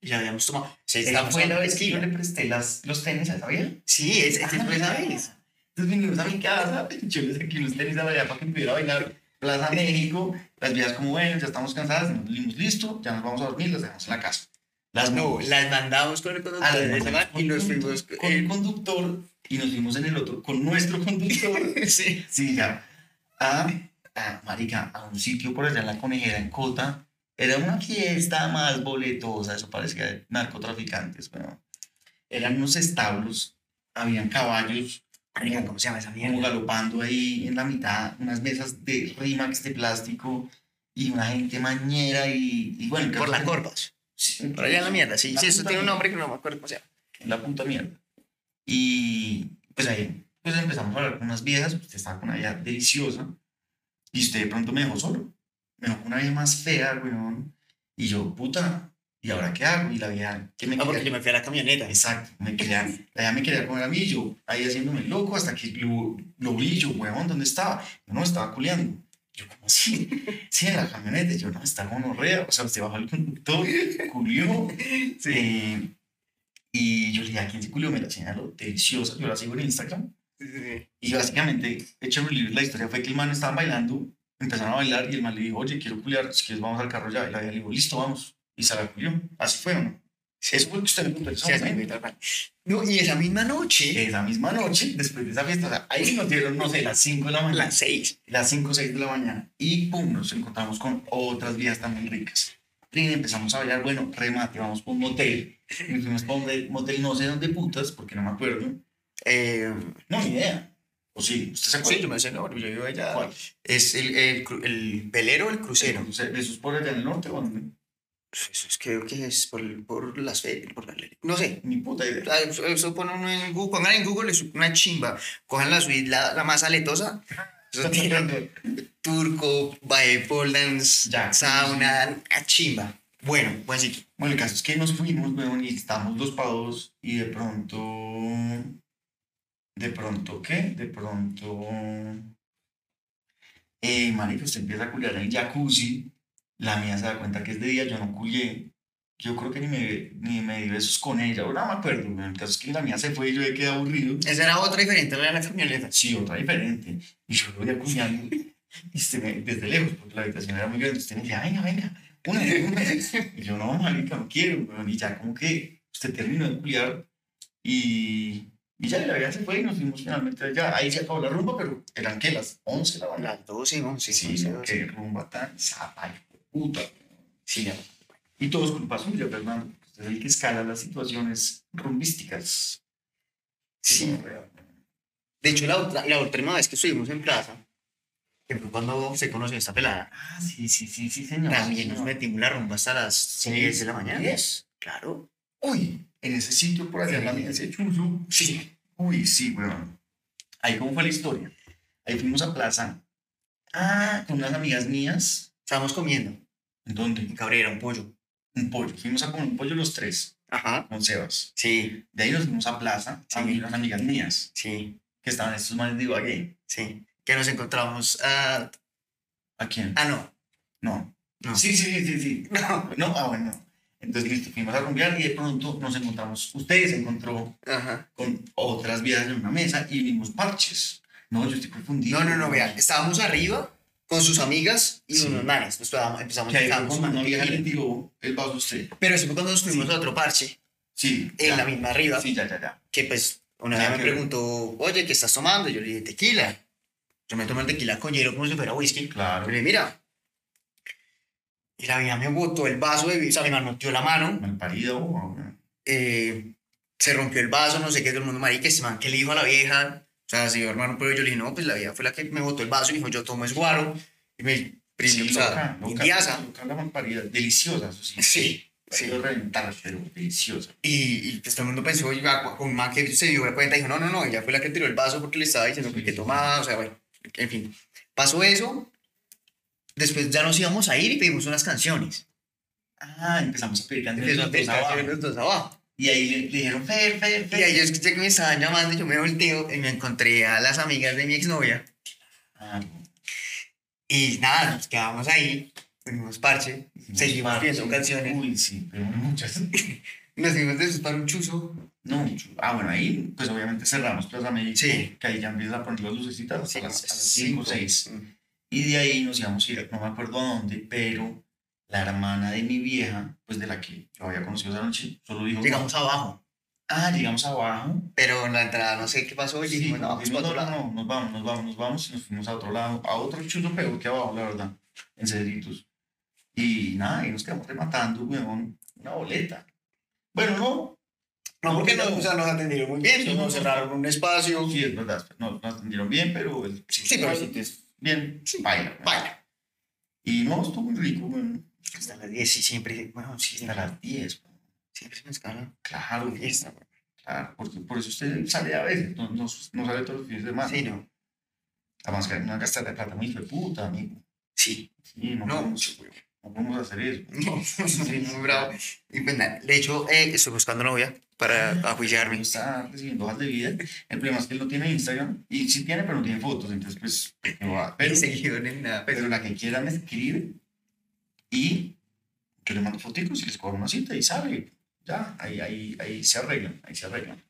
E: Y Ya habíamos tomado. Sí,
D: Esa
E: estábamos
D: fue la
E: tomando
D: vez que yo
E: tequila.
D: le presté las, los tenis a esa vieja.
E: Sí, es, es, fue esa vez.
D: [laughs] Entonces vinimos a mi casa, [laughs] yo les saqué unos tenis a allá para que pudiera bailar Plaza México, las viejas como bueno, ya estamos cansadas, nos dimos listo, ya nos vamos a dormir, las dejamos en la casa. Las
E: No, las mandamos con el
D: Ah,
E: conductor
D: las
E: de esa
D: mandamos
E: man y nos fuimos... eh,
D: con el conductor y nos fuimos en el otro, con nuestro conductor,
E: eh, [laughs] sí.
D: sí, ya, a, a, marica, a un sitio por allá en la conejera, en Cota, era una fiesta más boletosa, eso parecía de narcotraficantes, bueno, eran unos establos, habían caballos,
E: Marica, ¿cómo se llama esa mierda?
D: como galopando ahí en la mitad, unas mesas de Rimax de plástico y una gente mañera y, y bueno,
E: Por las
D: la
E: corvas. Por allá en la mierda, sí.
D: La
E: Sí, eso
D: puta
E: tiene un
D: mierda.
E: nombre que no me acuerdo cómo se llama.
D: en la punta mierda. Y pues ahí pues empezamos a hablar con unas viejas, usted estaba con una vieja deliciosa y usted de pronto me dejó solo. Me dejó con una vieja más fea, weón. Y yo, puta, ¿y ahora qué hago? Y la vieja que me
E: Ah, porque
D: quería-
E: yo me fui a la camioneta.
D: Exacto, me quería, allá me quería comer a mí, yo ahí haciéndome loco hasta que lo, lo vi, yo, huevón, ¿dónde estaba? Yo no, estaba culeando. Yo, ¿cómo así? [laughs] Sí, en la camioneta. Yo, no, está gonorrea. O sea, usted bajó el conductor, culió. Eh, y yo le dije, ¿a quién se culió? Me la señaló, deliciosa. Yo la sigo en Instagram. Y básicamente, hecho relivir la historia fue que el man estaba bailando, empezaron a bailar y el man le dijo, oye, quiero culiar, si quieres vamos al carro ya. Y la vieja le dijo, listo, vamos. Y se la culió. Así fue, ¿o ¿no? Eso fue lo que usted me contó en ese
E: Pues, Sí, así
D: momento.
E: fue, tal cual. No, y esa misma noche,
D: Esa misma noche, después de esa fiesta, o sea, ahí nos dieron, no sé, las 5 de la mañana,
E: las seis.
D: las 5 o 6 de la mañana, y pum, nos encontramos con otras vías también ricas. Y empezamos a bailar, bueno, remate, vamos por un motel. Nos fuimos para un motel, no sé dónde putas, porque no me acuerdo.
E: Eh,
D: No, ni idea. O sí, ¿usted se acuerda?
E: sí, yo me sé, no, yo iba allá.
D: ¿Cuál?
E: Es el, el, cru- el velero, el crucero. Pues
D: No sé, ¿Eso es por allá en el norte o dónde?
E: Eso es, creo que es por, por las ferias, por la No sé.
D: Ni puta idea.
E: Ah, Eso, eso pone uno en Google, pongan en Google es una chimba. Cojan la suite, la, la más aletosa. [laughs] Eso tiene turco, baile pole dance,
D: Ya.
E: sauna, una chimba. Bueno, pues buen sitio.
D: Bueno, el caso es que nos fuimos, weón, y estábamos dos para dos, y de pronto. ¿De pronto qué? De pronto. Eh, marica, usted empieza a culiar en el jacuzzi. La mía se da cuenta que es de día, yo no culié. Yo creo que ni me, ni me di besos con ella, o no me acuerdo, weón. El caso es que la mía se fue y yo he quedado aburrido.
E: Esa era otra diferente, era la camioneta.
D: Sí, otra diferente. Y yo lo voy acuñando y se me- desde lejos, porque la habitación era muy grande. Usted me decía, venga, venga, una, una. Y yo, no, marica, no quiero. weón". Y ya como que usted terminó de culiar y, y ya la verdad se fue y nos fuimos finalmente allá. Ahí se acabó la rumba, pero eran que las 11 de la mañana.
E: Las 12, 11.
D: Sí,
E: once,
D: no,
E: doce.
D: qué rumba tan zapa, hijo de puta. Sí, ya. Y todo es culpa suya, Fernando. Usted es el que escala las situaciones rumbísticas.
E: Sí. De hecho, la, otra- la última vez que estuvimos en plaza, que fue cuando se conoció esta pelada,
D: Ah, sí, sí, sí, sí, señor.
E: también
D: Sí,
E: nos
D: señor.
E: metimos la rumba hasta las 6 de la mañana.
D: Yes.
E: Claro.
D: Uy, en ese sitio por allá en la mía, ese chuzo.
E: Sí.
D: Uy, sí, weón. Ahí cómo fue la historia. Ahí fuimos a plaza. Ah, con unas amigas mías.
E: Estábamos comiendo
D: ¿En
E: en
D: dónde?
E: Cabrera, un pollo.
D: Un pollo. Fuimos a comer un pollo los tres,
E: Ajá.
D: con Sebas.
E: Sí,
D: De ahí nos fuimos a plaza a
E: Sí.
D: ver unas amigas mías,
E: sí,
D: que estaban estos manes de Ibagué.
E: sí. Que nos encontramos a...
D: ¿A quién?
E: Ah, no.
D: No.
E: No.
D: Sí, sí, sí, sí, sí.
E: [laughs] No.
D: No, ah, bueno. Entonces, listo, fuimos a rumbear y de pronto nos encontramos. Ustedes se encontró
E: Ajá.
D: con otras viejas en una mesa y vimos parches. No, yo estoy confundido.
E: No, no, no, vea. Estábamos arriba con sus amigas y
D: Sí.
E: unos manes. Nos estábamos- empezamos
D: Que
E: a
D: ahí fue
E: estábamos
D: cuando una
E: tomando
D: vieja le
E: tequila.
D: tiró el vaso a usted.
E: Pero eso fue cuando nos fuimos a otro parche.
D: Sí.
E: en
D: ya.
E: la misma arriba,
D: Sí, ya, ya, ya.
E: que pues una
D: Ya,
E: vez me
D: que-
E: preguntó, oye, ¿qué estás tomando? Yo le dije, tequila. Yo me tomé el tequila con hielo como si fuera whisky.
D: Claro.
E: Yo le dije, mira. Y la vieja me botó el vaso de vino, o sea, me manoteó la mano,
D: Malparido. o-
E: eh, se rompió el vaso, no sé qué, todo el mundo, marica, este man, ¿qué le dijo a la vieja? O sea, se hermano, pero yo le dije, no, pues la vieja fue la que me botó el vaso y dijo, yo tomo es guaro. Y me prendió,
D: Sí,
E: o sea,
D: loca, loca,
E: indiaza.
D: loca la malparida. Deliciosa, eso sí.
E: Sí, sí.
D: Quiero reventar, pero deliciosa.
E: Y, y pues todo el mundo pensó, y va con un man que se dio cuenta y dijo, no, no, no, ella fue la que tiró el vaso porque le estaba diciendo
D: Sí,
E: que
D: sí.
E: tomaba, o sea, bueno, en fin. Pasó eso, después ya nos íbamos a ir y pedimos unas canciones.
D: Ah, empezamos a pedir canciones.
E: Empezó a pedir
D: nosotros abajo.
E: canciones los dos abajo.
D: Y ahí le, le dijeron, Fer, Fer, Fer.
E: Y ahí yo escuché que me estaban llamando y yo me volteo y me encontré a las amigas de mi exnovia.
D: Ah, no.
E: Y nada, nos quedamos ahí, fuimos parche, seguimos
D: Barrio,
E: pidiendo
D: sí.
E: canciones.
D: Uy, sí, pero muchas.
E: Nos fuimos de sus para un chuzo.
D: No, mucho. Ah, bueno, ahí, pues obviamente cerramos Plaza Médico.
E: Sí.
D: Que ahí ya empiezan a poner las lucecitas hasta las 5 o 6.
E: Mm.
D: Y de ahí nos íbamos a ir, no me acuerdo a dónde, pero la hermana de mi vieja, pues de la que yo había conocido esa noche, solo dijo,
E: Llegamos abajo,
D: ah, llegamos abajo.
E: pero en la entrada no sé qué pasó y
D: Sí,
E: dijimos, no,
D: no,
E: vamos para otro lado.
D: no, nos vamos, nos vamos, nos vamos y nos fuimos a otro lado, a otro chulo peor que abajo, la verdad, en Cedritos. Y nada, y nos quedamos rematando, weón, una boleta. Bueno, no,
E: No, porque
D: No,
E: nos, o sea, nos atendieron muy bien,
D: Sí,
E: nos
D: no.
E: cerraron un espacio.
D: sí, es verdad, no, nos atendieron bien, pero el
E: Sí, pero sí.
D: es bien,
E: Sí.
D: baila. weón.
E: Vaya.
D: Y no, estuvo muy rico, weón,
E: Hasta las 10 y siempre, bueno, sí,
D: hasta
E: hasta las...
D: las 10, weón.
E: Siempre se me escala.
D: Claro, weón,
E: Fiesta, güey.
D: claro, porque por eso usted sale a veces, no, no, no sale todos los fines de semana.
E: Sí, no.
D: Además, que no gastar de plata muy hijo de puta, amigo.
E: Sí.
D: Sí, no,
E: No,
D: podemos, no podemos hacer eso.
E: [laughs] No, soy muy bravo. Y pues nada, de hecho, eh, estoy buscando novia para
D: no
E: ajuiciarme.
D: está recibiendo hojas de vida. El problema es que él no tiene Instagram. Y sí tiene, pero no tiene fotos. Entonces, pues, no va. [laughs] Pero,
E: Pero seguidores, nada, pues,
D: pero
E: pero
D: la que quiera me escribe. Y yo le mando fotos y les cobro una cita y sale. Ya, ahí, ahí, ahí se arreglan. Ahí se arreglan.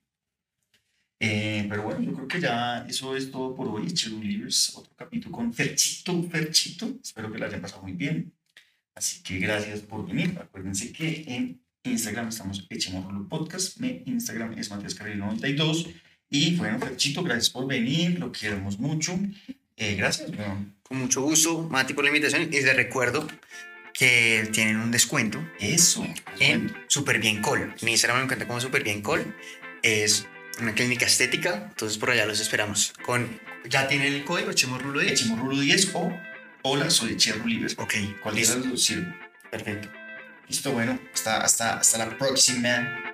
D: Eh, pero bueno, yo creo que ya eso es todo por hoy. Cheerleaders, otro capítulo con Ferchito, Ferchito. Espero que la hayan pasado muy bien. Así que gracias por venir. Acuérdense que en Instagram estamos Echemos Rulo Podcast. Mi Instagram es Matías Carril 92. Y bueno, Ferchito, gracias por venir. Lo queremos mucho. Eh, gracias. weón.
E: con mucho gusto, Mati, por la invitación. Y les recuerdo que tienen un descuento
D: Eso.
E: en Super Bien Col. Mi Instagram me encanta como Super Bien Col. Es una clínica estética, entonces por allá los esperamos. Con, ya tienen el código, echemos rulo de
D: Echemos Rulo 10 o Hola, soy Cheerleaders.
E: Ok,
D: Cualquiera de los sirve.
E: Perfecto.
D: Listo, bueno, hasta, hasta, hasta la próxima.